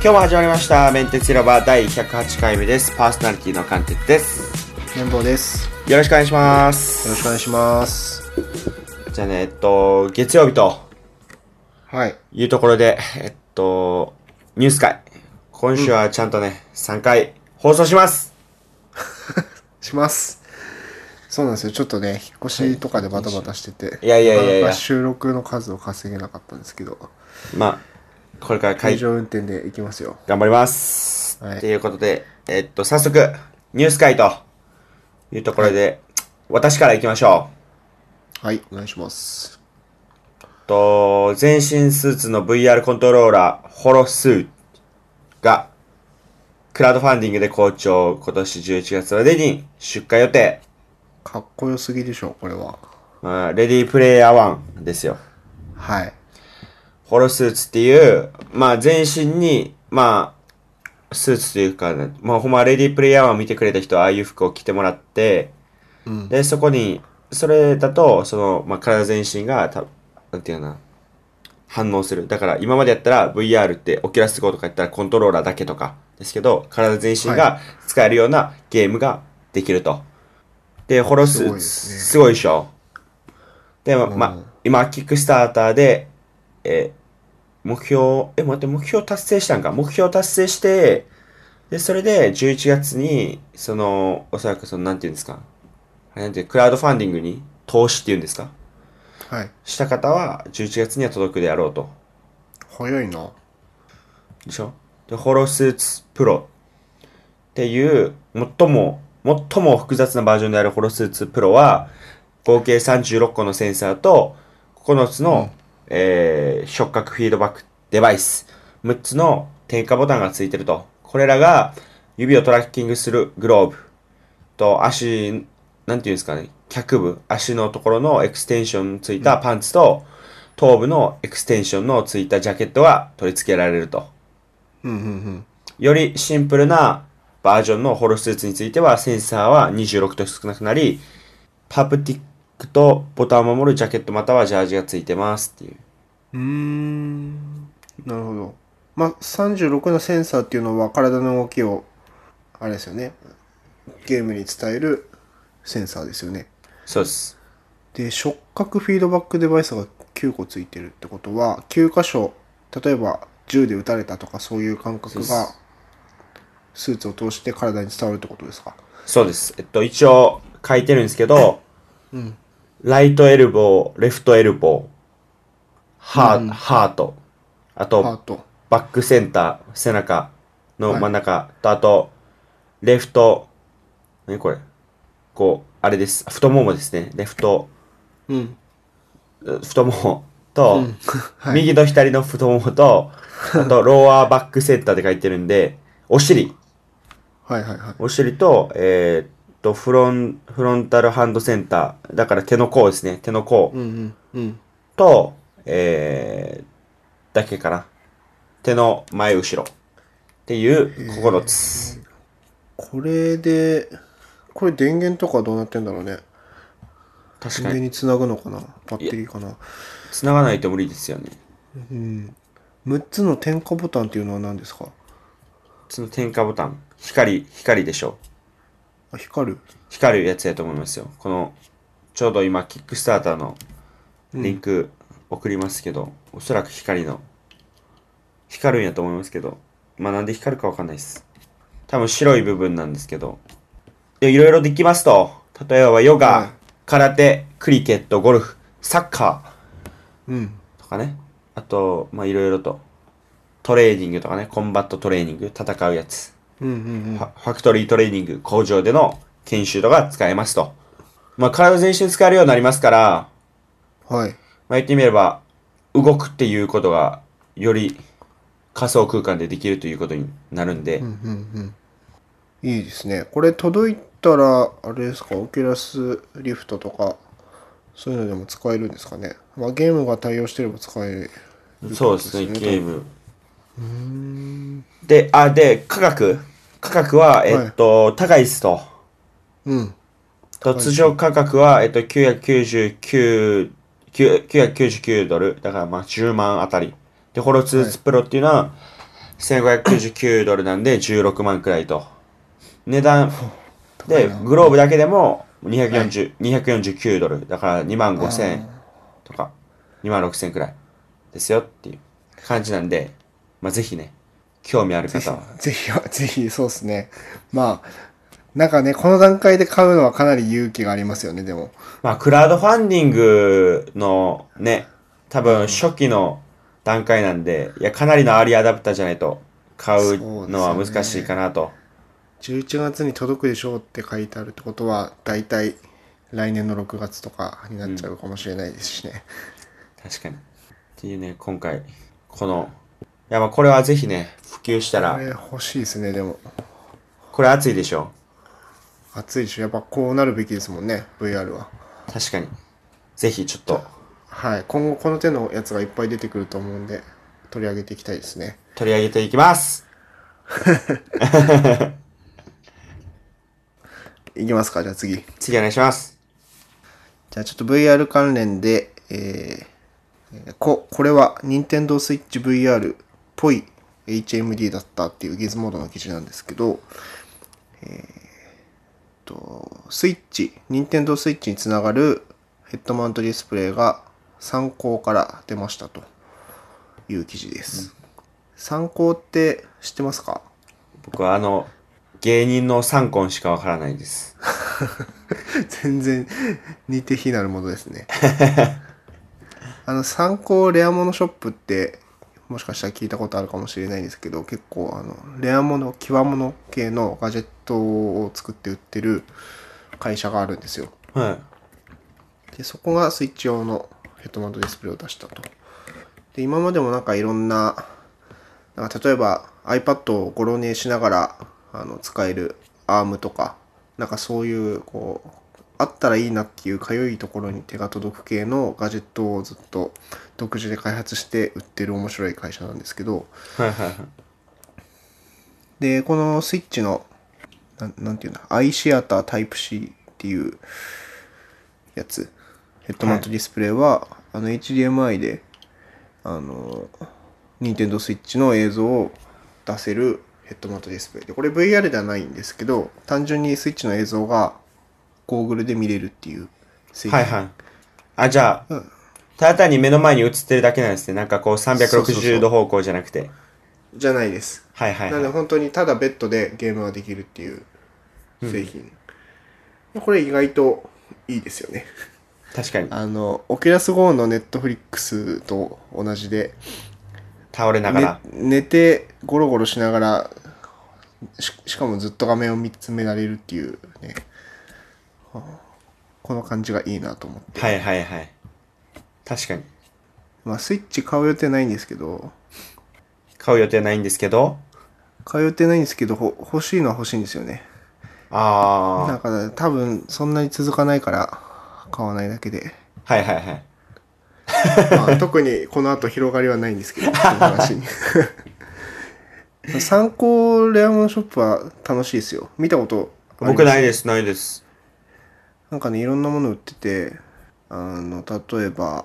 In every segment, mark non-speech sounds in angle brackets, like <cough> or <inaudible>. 今日も始まりました「メンテツ広場」第108回目ですパーソナリティのカンテツです綿棒です。よよろしくお願いしますろしくお願いします。じゃあねえっと月曜日とはい。いうところでえっとニュース会今週はちゃんとね、3回放送しますします。そうなんですよ。ちょっとね、引っ越しとかでバタバタしてて。いやいやいやいやなかなか収録の数を稼げなかったんですけど、まあこれから会会場運転で行きますよ。頑張ります。と、はいい、うことで、えっと、早速、ニュース会というところで、私から行きましょはい、お願いします。う。と、全身スーツの VR コントローラー、ホロスーが、クラウドファンディングで好調、今年11月までに出荷予定。かっこよすぎでしょ、これは。まあレディープレイヤー1ですよ。はい。ホロスーツっていう、まあ全身に、まあ、スーツというか、ね、まあほんまレディープレイヤー1を見てくれた人はああいう服を着てもらって、うん。で、そこに、それだと、その、まあ、体全身が、たなんていうかな、反応する。だから、今までやったら VR って、オキュラス GO とかやったらコントローラーだけとかですけど、体全身が使えるようなゲームができると。で、ホロスすごいーでツ、すねすごいでしょ。で、ま、うんま今、キックスターターで、えー目標、え、待って、目標達成したんか。目標達成して、で、それで11月に、その、おそらくその、なんていうんですか。あれなんていう、クラウドファンディングに投資っていうんですか。はい。した方は、11月には届くであろうと。早いな。でしょで、ホロスーツプロっていう、最も、最も複雑なバージョンであるホロスーツプロは、合計36個のセンサーと、9つの、えー触覚フィードバックデバイス、6つの点火ボタンがついてると。これらが、指をトラッキングするグローブと、足、なんていうんですかね、脚部、足のところのエクステンションついたパンツと、頭部のエクステンションのついたジャケットが取り付けられると。うんうんうん。よりシンプルなバージョンのホロスーツについてはセンサーは26と少なくなり、パプティックとボタンを守るジャケットまたはジャージがついてますっていう。うーんなるほど。まあ、36のセンサーっていうのは体の動きを、あれですよね。ゲームに伝えるセンサーですよね。そうです。で、触覚フィードバックデバイスが9個ついてるってことは、9箇所、例えば銃で撃たれたとかそういう感覚そうでが、スーツを通して体に伝わるってことですか。そうです。えっと、一応書いてるんですけど、うん。ライトエルボー、レフトエルボー、ハー,、うんハート、あハーとト。バックセンター、背中のはい真ん中、とあと、レフト、何これこう、あれです。太ももですね。レフト、うん。太ももと、うん。はい。右と左の太ももと、あ <laughs> と、ローアーバックセンターって書いてるんで、お尻。はいはいはい。お尻と、えーっと、フロン、フロンタルハンドセンター。だから手の甲ですね。手の甲うんうん。うん。と、えー、だけかな。手の前後ろ。っていう9つ。これで、これ電源とかどうなってんだろうね。確電か源に。につなぐのかなバッテリーかな繋がないと無理ですよね。うん。6つの点火ボタンっていうのは何ですかその点火ボタン。光、光でしょ。あ、光る光るやつやと思いますよ。この、ちょうど今、キックスターターのリンク送りますけど、おそらく光の、光るんやと思いますけど、まあなんで光るかわかんないです。多分白い部分なんですけど、でいろいろできますと、例えばヨガ、はい空手、クリケット、ゴルフ、サッカうん。ーとかね、あと、まあいろいろと、トレーニングとかね、コンバットトレーニング、戦うやつ、うんうんうん。ファファクトリートレーニング、工場での研修とか使えますと。まあ、体全身使えるようになりますから、はい。まあ、言ってみれば、動くっていうことが、より仮想空間でできるということになるんで、うんうんうん。いいですね。これ届いたら、あれですか、オキュラスリフトとか、そういうのでも使えるんですかね。まあ、ゲームが対応してれば使える。そうですね、ゲーム。で、あ、で、価格価格は、えっと、高いですと。うん。と通常価格は、えっと、999、999ドル。だから、まあ、10万あたり。で、ホロツーツプロっていうのは、 1599ドルなんで16万くらいと。値段高いでな、グローブだけでも240、249ドル。だから2万5千あー円とか、2万6千円くらいですよっていう感じなんで、まあ、ぜひね、興味ある方は。ぜひ、ぜひ、そうですね。まあ、なんかね、この段階で買うのはかなり勇気がありますよね、でも。まあ、クラウドファンディングのね、多分初期の段階なんで、いや、かなりのアーリーアダプターじゃないと買うのはそうですよね難しいかなと。 11月に届くでしょうって書いてあるってことは、大体来年の6月とかになっちゃうかもしれないですしね。確かに。っていうね、今回、この、いや、まあ、これはぜひね、普及したこられ、欲しいですね、でも。これ熱いでしょ暑いでしょ。やっぱこうなるべきですもんね、VR は。確かに。ぜひ、ちょっと、はい。今後この手のやつがいっぱい出てくると思うんで、取り上げていきたいですね。取り上げていきますいきますか、じゃあ次。次お願いします。じゃあちょっと VR 関連で、えーえーこ、これは Nintendo Switch VR っぽい HMD だったっていうギズモードの記事なんですけど、えー、と、スイッチ、Nintendo Switch につながるヘッドマウントディスプレイが参考から出ましたという記事です。参考って知ってますか僕は、あの、芸人の三コンしかわからないです。 <laughs> 全然似て非なるものですねあの参考レアものショップってもしかしたら聞いたことあるかもしれないですけど結構あのレアもの極もの系のガジェットを作って売ってる会社があるんですよはい。でそこがスイッチ用のヘッドマウントディスプレイを出したとで今までもなんかいろんななんか例えば iPad をごろ寝しながらあの使える ARM とかなんかそういうこうあったらいいなっていうかゆいところに手が届く系のガジェットをずっと独自で開発して売ってる面白い会社なんですけどはいはいはい。でこのスイッチのなんなんていうんだ i シアタータイプ C っていうやつヘッドマウントディスプレイは、あの HDMI であの Nintendo Switch の映像を出せるヘッドマウントディスプレイでこれ VR ではないんですけど単純にスイッチの映像がゴーグルで見れるっていう製品はいはい。あ、じゃあ、うんただ単に目の前に映ってるだけなんですね。なんかこうそうそうそう360度方向じゃなくて。じゃないですはいはいなはのい。で本当にただベッドでゲームができるっていう製品、これ意外といいですよね確かに。あの、オキュラス GO のネットフリックスと同じで、倒れながねら。寝てゴロゴロしながらし、しかもずっと画面を見つめられるっていうね、はあこの感じがいいなと思って。はいはいはい。確かに。まあ、スイッチ買う予定ないんですけど、買う予定ないんですけど。買う予定ないんですけど、ほ欲しいのは欲しいんですよね。あだから多分そんなに続かないから、買わないだけで。あ。はいはいはい。まあ、特にこの後広がりはないんで <laughs> すけど、この話に。参考レアモンショップは楽しいですよ。見たことあります僕ないです、ないです。なんかね、いろんなもの売ってて、あの、例えば、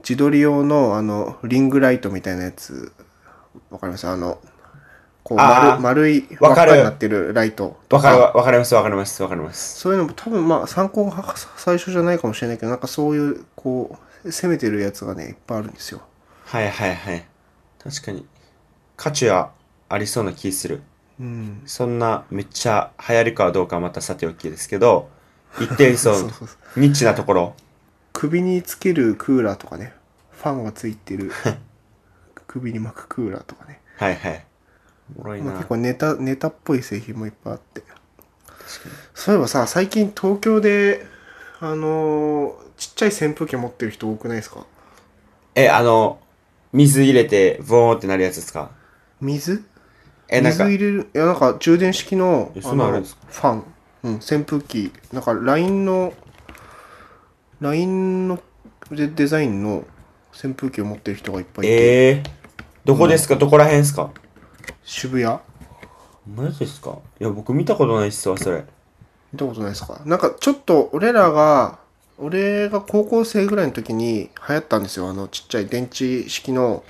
自撮り用の、あの、リングライトみたいなやつ、わかりますあの、こうあー、丸丸い輪わっかるかになってるライトとわかる、わかります、わかります、わかります。そういうのも多分まあ参考がは最初じゃないかもしれないけど、なんかそういう、こう、攻めてるやつがね、いっぱいあるんですよ。はいはいはい。確かに。価値はありそうな気する。うん。そんなめっちゃ流行るかどうかはまたさておきですけど、一 <laughs> 定層そうそうそ、ニッチなところ。首につけるクーラーとかねファンがつい <laughs> てる首に巻くクーラーとかね、はいはい。おもろいまなあ、結。構ネタネタっぽい製品もいっぱいあってそういえばさ最近東京であのーちっちゃい扇風機持ってる人多くないですかえ、あの、水入れて、ボーンってなるやつですか水え、なん水か、入れるいやなんか充電式のえあそんなのあるんのですファン、うん、扇風機なんか LINE の LINE のデデザインの扇風機を持ってる人がいっぱいいて、えー、どこですか、どこら辺ですか渋谷マジですかいや、僕見たことないっすわ、それ。見たことないですかなんかちょっと俺らが俺が高校生ぐらいの時に流行ったんですよあのちっちゃい電池式の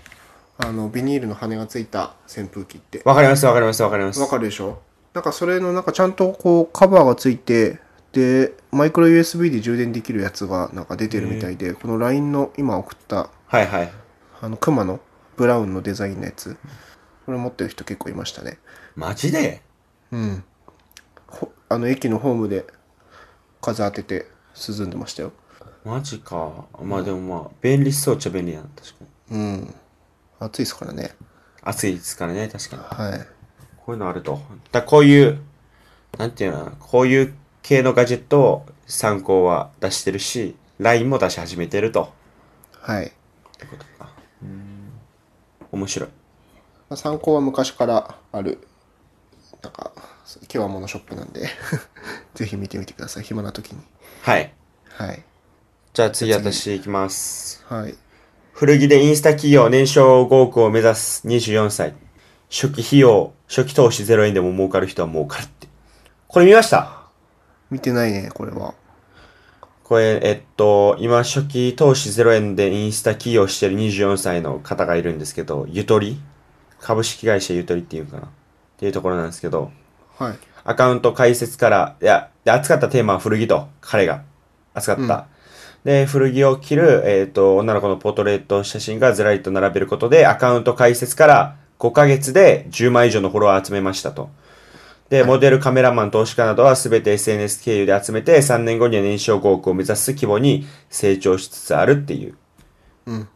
あのビニールの羽がついた扇風機ってわかりますわかりますわかりますわ。かるでしょなんかそれのなんかちゃんとこうカバーがついてでマイクロ USB で充電できるやつがなんか出てるみたいで、この LINE の今送ったはいはい。あの熊のブラウンのデザインのやつこれ持ってる人結構いましたねマジでうんほあの駅のホームで風当てて涼んでましたよマジか。まあでもまあ、便利そうっちゃ便利やな、確かに。うん暑いですからね暑いですからね、確かに。はいこういうのあると。だこういう、なんていうのかな、こういう系のガジェットを参考は出してるし、LINE も出し始めてると。はい、ってことか。面白い。まあ、参考は昔からあるなんか今日はモノショップなんで <laughs> ぜひ見てみてください暇な時にはい。はいじゃあ次私いきます。はい古着でインスタ企業年商5億を目指す24歳。初期費用、初期投資0円でも儲かる人は儲かるって。これ見ました見てないねこれはこれ、えっと、今初期投資0円でインスタ起業してる24歳の方がいるんですけど、ゆとり株式会社ゆとりっていうのかなっていうところなんですけど、はいアカウント開設から、いや、で扱ったテーマは古着と、彼が扱った。うんで、古着を着る、えっ、と、女の子のポートレート写真がずらりと並べることで、アカウント開設から5ヶ月で10万以上のフォロワーを集めましたと。で、モデル、カメラマン、投資家などは全て SNS 経由で集めて、3年後には年商5億を目指す規模に成長しつつあるっていう。うん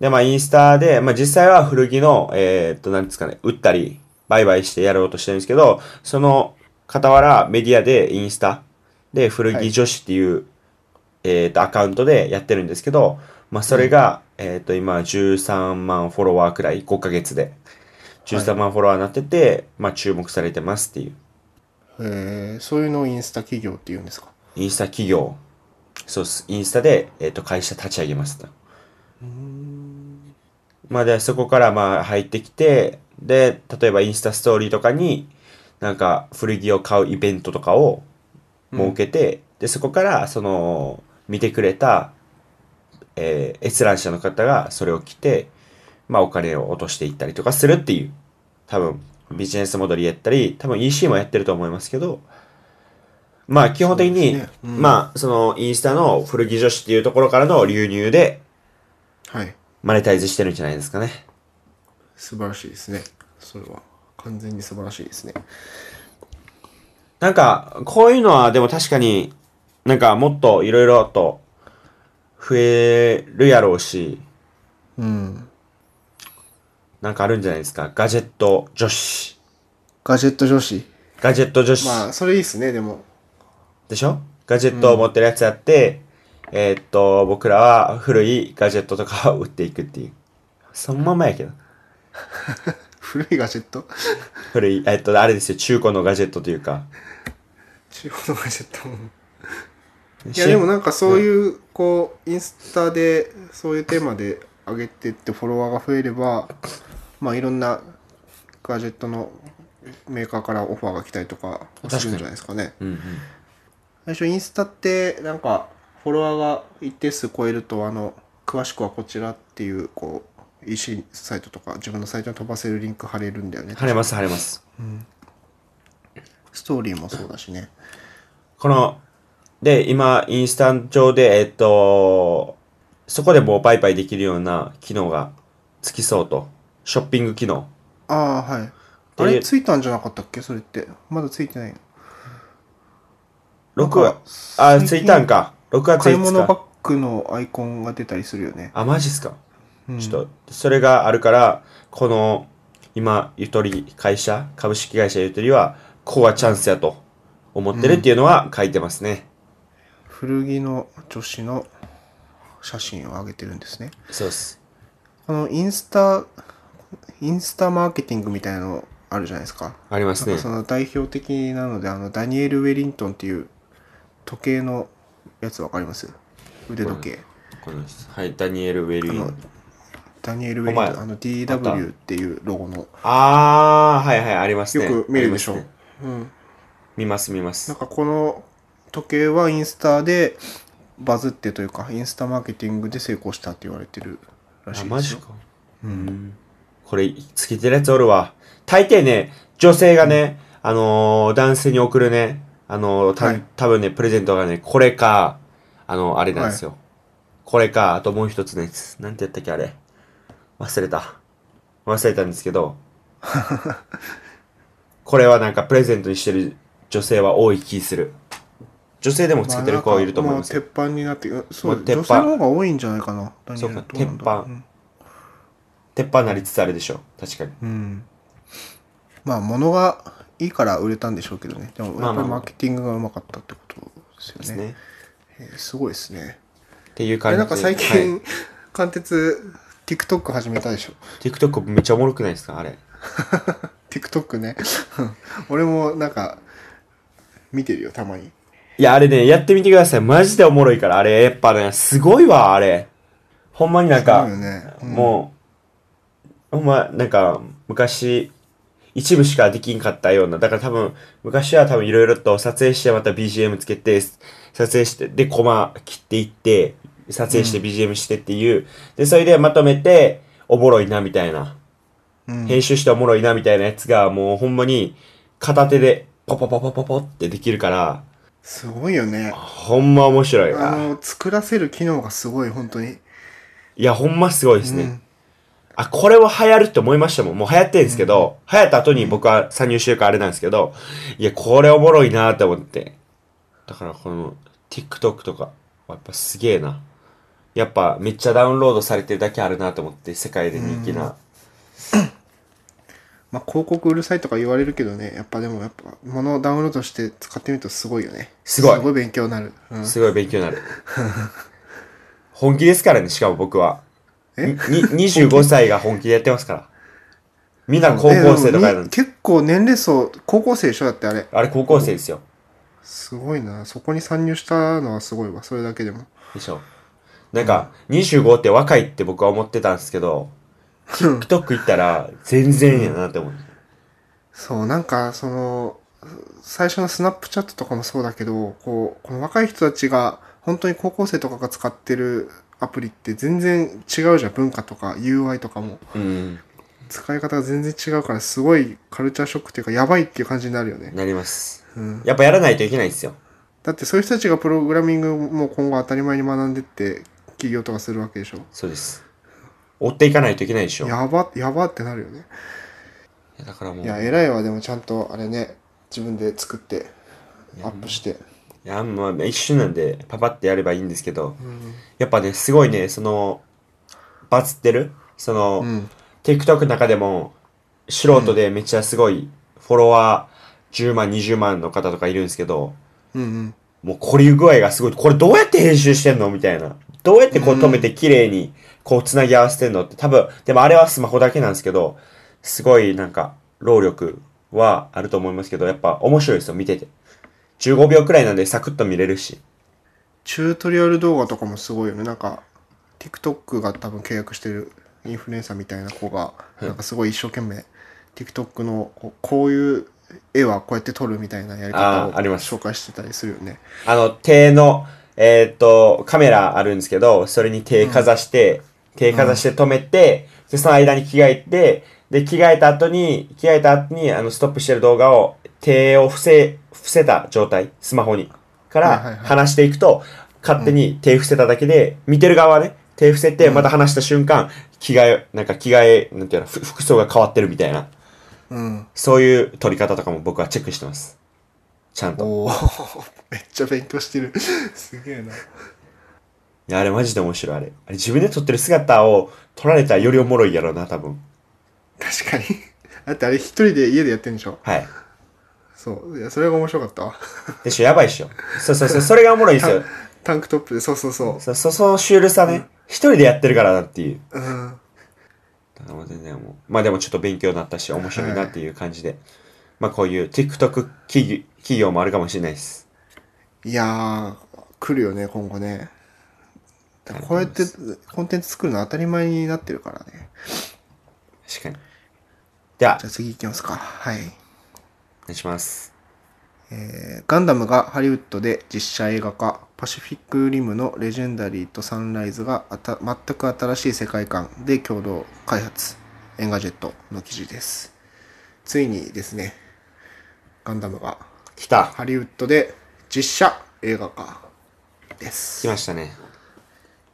で、まあ、インスタで、まあ、実際は古着の、えーっと、なんですかね、売ったり、売買してやろうとしてるんですけど、その傍らメディアでインスタで古着女子っていう、えーっと、アカウントでやってるんですけど、まあ、それが、えーっと、今、13万フォロワーくらい、5ヶ月で。13万フォロワーになってて、まあ、注目されてますっていう。えー、そういうのをインスタ企業っていうんですかインスタ企業。そうっす。インスタで、えっ、と、会社立ち上げました。まあ、で、そこからまあ入ってきて、で、例えばインスタストーリーとかに、なんか古着を買うイベントとかを設けて、で、そこから、その、見てくれた、えー閲覧者の方がそれを着て、まあ、お金を落としていったりとかするっていう、多分、ビジネス戻りやったり、多分 EC もやってると思いますけど、まあ、基本的に、そうですねうんまあ、その、インスタの古着女子っていうところからの流入で、はいマネタイズしてるんじゃないですかね。素晴らしいですねそれは完全に素晴らしいですねなんか、こういうのはでも確かに、なんかもっといろいろと増えるやろうし、うんなんかあるんじゃないですか。ガジェット女子。ガジェット女子ガジェット女子。まあそれいいですねでもでしょガジェットを持ってるやつやって、えーっと、僕らは古いガジェットとかを売っていくっていう。そのまんまやけど。古いガジェット古い、えーっと、あれですよ、中古のガジェットというか。中古のガジェットいやでもなんかそういうこうインスタでそういうテーマで上げてってフォロワーが増えればまあいろんなガジェットのメーカーからオファーが来たりとかするんじゃないですかねうんうん。最初インスタってなんかフォロワーが一定数超えるとあの詳しくはこちらっていうこう EC サイトとか自分のサイトに飛ばせるリンク貼れるんだよね晴れます、晴れます。ストーリーもそうだしねこの、で、今、インスタント上で、えっと、そこでもう売買できるような機能がつきそうと。ショッピング機能。ああはいあれついたんじゃなかったっけそれってまだついてないの6なんはか、あ、最近ついたんか。6月買い物5バ日。ッグのアイコンが出たりするよねあ、マジっすか。うんちょっと、それがあるから、この、今、ゆとり会社、株式会社ゆとりは、ここはチャンスやと思ってるっていうのは書いてますね。古着の女子の写真を上げてるんですねそうです。このインスタインスタマーケティングみたいなのあるじゃないですかありますなねんか。その代表的なのであのダニエル・ウェリントンっていう時計のやつわかります腕時計このはい、ダニエル・ウェルイン。ダニエル・ウェリントンまあのた DW っていうロゴのあー、はいはい、ありますね。よく見るでしあょ、りますねうん、見ます見まなんす。かこの時計はインスタでバズってというかインスタマーケティングで成功したって言われてるらしいですよか。うん。これ、つけてるやつおるわ。大抵ね、女性がね、あのー男性に送るね、あのーた、はい多分ね、プレゼントがね、これか、あの、あれなんですよ。これか、あともう一つね、なんて言ったっけ、あれ。忘れた。忘れたんですけ <laughs> ど、これはなんかプレゼントにしてる女性は多い気する。女性でもつけてる子いると思いますよあなんかもう鉄板になってくるそうもう鉄女板性の方が多いんじゃないかなダニエルそうかどなんだろう鉄鉄板になりつつあるでしょ。確かに。うん、うんまあ物がいいから売れたんでしょうけどねでもまやあまあっぱりまあマーケティングがうまかったってことですよねですね。えーすごいですねっていう感えじで。なんか最はい近、貫徹 TikTok 始めたでしょ TikTok めっちゃおもろくないですかあれ。 TikTok ね <laughs> 俺もなんか見てるよたまにいや、あれね、やってみてください。マジでおもろいから。あれ、やっぱね、すごいわ、あれ。ほんまになんかそう、よねうんもう、ほんま、なんか、昔、一部しかできんかったような。だから多分、昔は多分いろいろと撮影して、また BGM つけて、撮影して、で、コマ切っていって、撮影して BGM してっていう。で、それでまとめて、おもろいな、みたいな。うん編集しておもろいなみたいなやつがもうほんまに片手でポポポポポポってできるからすごいよねほんま面白いあわの作らせる機能がすごい本当にいやほんますごいですね、うんあこれは流行るって思いましたもんもう流行ってるんですけど、流行った後に僕は参入してるからあれなんですけどいやこれおもろいなって思ってだからこの TikTok とかはやっぱすげえなやっぱめっちゃダウンロードされてるだけあるなと思って世界で人気な、まあ、広告うるさいとか言われるけどねやっぱでもやっぱ物をダウンロードして使ってみるとすごいよねすごい勉強になる、うんすごい勉強になる <laughs> 本気ですからねしかも僕はえに25歳が本気でやってますから。みんな高校生とかやえでるもんにです。結構年齢層高校生でしょだってあれあれ高校生ですよ。すごいなそこに参入したのはすごいわそれだけでもでしょ。なんか、25って若いって僕は思ってたんですけど、TikTok 行ったら全然やなって思う。そうなんかその最初のスナップチャットとかもそうだけどこうこの若い人たちが本当に高校生とかが使ってるアプリって全然違うじゃん文化とか UI とかもうん、使い方が全然違うからすごいカルチャーショックっていうかやばいっていう感じになるよねなります。うんやっぱやらないといけないんですよ。だってそういう人たちがプログラミングも今後当たり前に学んでって企業とかするわけでしょそうです。追っていかないといけないでしょ。いややばやばってなるよねだからもう、いいやや、偉いわでもちゃんとあれね自分で作ってアップしてまあ一瞬なんでパパってやればいいんですけど、うんやっぱね、すごいね、その、バズってるその、うん、 TikTok の中でも素人でめっちゃすごいフォロワー10万20万の方とかいるんですけどうんうんもう凝り具合がすごいこれどうやって編集してんのみたいなどうやってこう止めて綺麗にこうつなぎ合わせてんのって多分でもあれはスマホだけなんですけどすごいなんか労力はあると思いますけどやっぱ面白いですよ見てて15秒くらいなんでサクッと見れるしチュートリアル動画とかもすごいよねなんか TikTok が多分契約してるインフルエンサーみたいな子がなんかすごい一生懸命 TikTok のこうこういう絵はこうやって撮るみたいなやり方をあーあります紹介してたりするよねあの、手の、えーっと、カメラあるんですけど、それに手かざして、手かざして止めて、で、その間に着替えて、で、着替えた後に、着替えた後に、あの、ストップしてる動画を、手を伏せ、伏せた状態、スマホに、かはいはいらはい離していくと、勝手に手伏せただけで、見てる側はね、手伏せて、また離した瞬間、着替え、なんか着替え、なんていうの、ふ服装が変わってるみたいな、うんそういう撮り方とかも僕はチェックしてます。ちゃんと。おお <laughs> めっちゃ勉強してる <laughs> すげえないや、あれマジで面白い、あれ。あれ自分で撮ってる姿を撮られたらよりおもろいやろうな、多分。確かに <laughs> だってあれ一人で家でやってんでしょはい。そういやそれが面白かったわでしょ、やばいっしょ。そうそうそう、それがおもろいんですよ。タンクトップでそうそうそそ、そ、そのシュールさね。一人でやってるからなっていう。ううんだからもう全然もう。まあでもちょっと勉強になったし、面白いなっていう感じで。まあこういう TikTok 企業企業もあるかもしれないです。いやー来るよね今後ねこうやってコンテンツ作るの当たり前になってるからね確かに。ではじゃ、あ次行きますかはい、お願いします。えーガンダムがハリウッドで実写映画化パシフィックリムのレジェンダリーとサンライズがあた全く新しい世界観で共同開発エンガジェットの記事です。ついにですね、ガンダムが来た。ハリウッドで実写映画化です。来ましたね。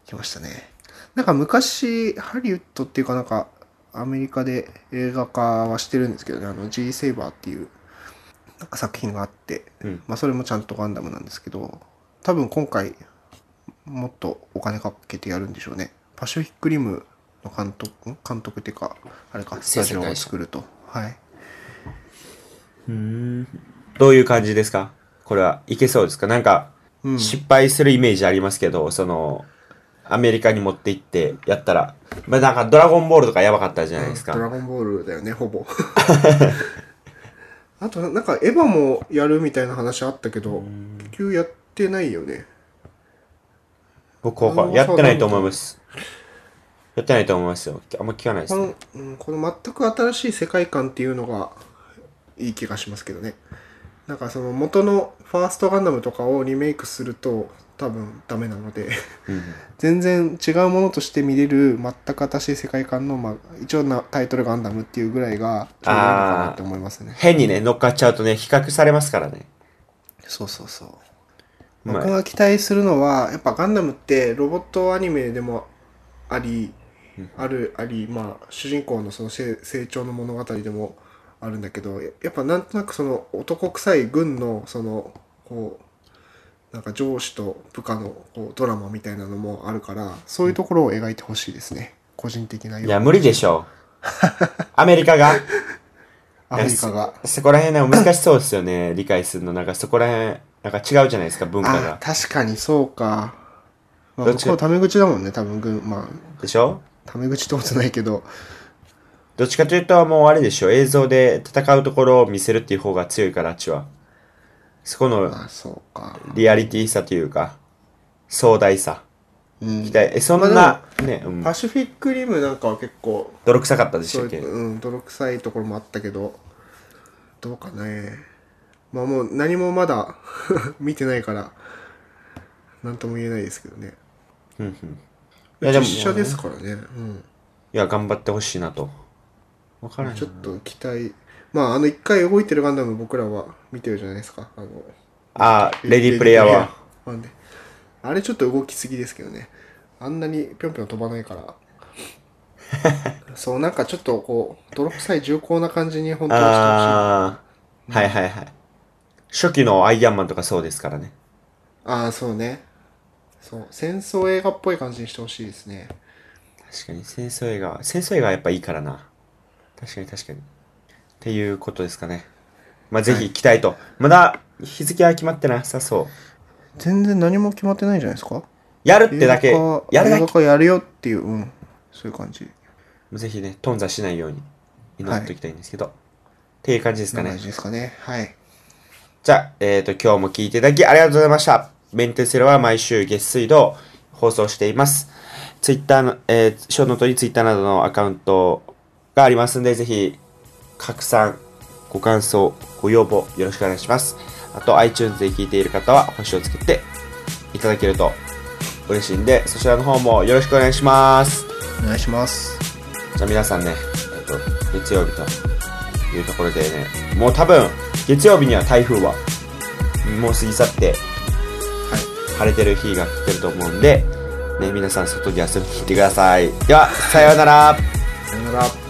来ましたね。なんか昔、ハリウッドっていうかなんか、アメリカで映画化はしてるんですけどね、あの G セイバーっていうなんか作品があって、んまあそれもちゃんとガンダムなんですけど、多分今回もっとお金かけてやるんでしょうね。パシフィックリムの監督、ん監督っていうか、あれか、スタジオを作ると。はい。どういう感じですかこれは。いけそうですかなんか、失敗するイメージありますけど、その、アメリカに持って行ってやったら。まあなんか、ドラゴンボールとかやばかったじゃないですか。ドラゴンボールだ <laughs> よね、ほぼ。あと、なんか、エヴァもやるみたいな話あったけど、結局やってないよね。僕わかあのやってないと思います。やってないと思いますよ。あんま聞かないですこねの。、うん、この全く新しい世界観っていうのが、いい気がしますけどね。なんか、その、元のファーストガンダムとかをリメイクすると、多分ダメなので、 <laughs> 全然違うものとして見れる、全く新しい世界観の、まあ、一応なタイトルガンダムっていうぐらいが、ちょうどいいのかなって思いますね。変にね、乗っかっちゃうとね、比較されますからね。そうそうそう。まあ僕が期待するのは、やっぱガンダムってロボットアニメでもあり、ある、あり、まあ、主人公のその成成長の物語でもあるんだけど、ややっぱなんとなくその男臭い軍の、その、こう、なんか上司と部下のこうドラマみたいなのもあるから、そういうところを描いてほしいですね。個人的ないや、無理でしょう。アメリカが。アメリカが。そそこら辺ね、難しそうですよね。理解するの。なんかそこら辺、なんか違うじゃないですか、文化あが、。確かにそうか。まあ、どっ向ちこうタメ口だもんね、多分軍、まあ、でしょタメ口ってことないけど、どっちかというと、もうあれでしょ。映像で戦うところを見せるっていう方が強いから、あっちは。そこのあ、そうか。リアリティさというか、壮大さ。うん期待え、そんなま、ね、うんパシフィックリムなんかは結構泥臭かったでしそたうっけいう、うん、泥臭いところもあったけどどうかねまあもう何もまだ <laughs> 見てないから何とも言えないですけどねいやで実も写ですからね、うん、いや、頑張ってほしいなと。わからんちょなっと期待まああの一回動いてるガンダム僕らは見てるじゃないですかあのあー、レディープレイヤーは。レディープレイヤーなんであれちょっと動きすぎですけどねあんなにぴょんぴょん飛ばないからそうなんかちょっとこう泥臭い重厚な感じに本当にしてほしいああ、はいはいはい。初期のアイアンマンとかそうですからね。ああそうねそう戦争映画っぽい感じにしてほしいですね確かに、戦争映画、戦争映画はやっぱいいからな。確かに確かに。っていうことですかね。まあ、ぜひ期待と。まだ日付は決まってなさそう。全然何も決まってないんじゃないですかやるってだけ、やるだ映画け。化やるよっていううんそういう感じぜひね、頓挫しないように祈っておきたいんですけど。っていう感じですかねな感。じですかねはいじゃあ、えっ、と、今日も聞いていただきありがとうございました。メンテセラは毎週月水土放送しています。ツイッターの、えー、ショーノートにツイッターなどのアカウントがありますんで、ぜひ、拡散、ご感想、ご要望、よろしくお願いします。あと、iTunes で聞いている方は、星をつけていただけると嬉しいんで、そちらの方もよろしくお願いします。お願いしますじゃあ皆さんね、えっと、月曜日というところでね、もう多分、月曜日には台風は、もう過ぎ去って、晴れてる日が来てると思うんで、ね、皆さん外に遊びに行ってください。では、さようなら。さよなら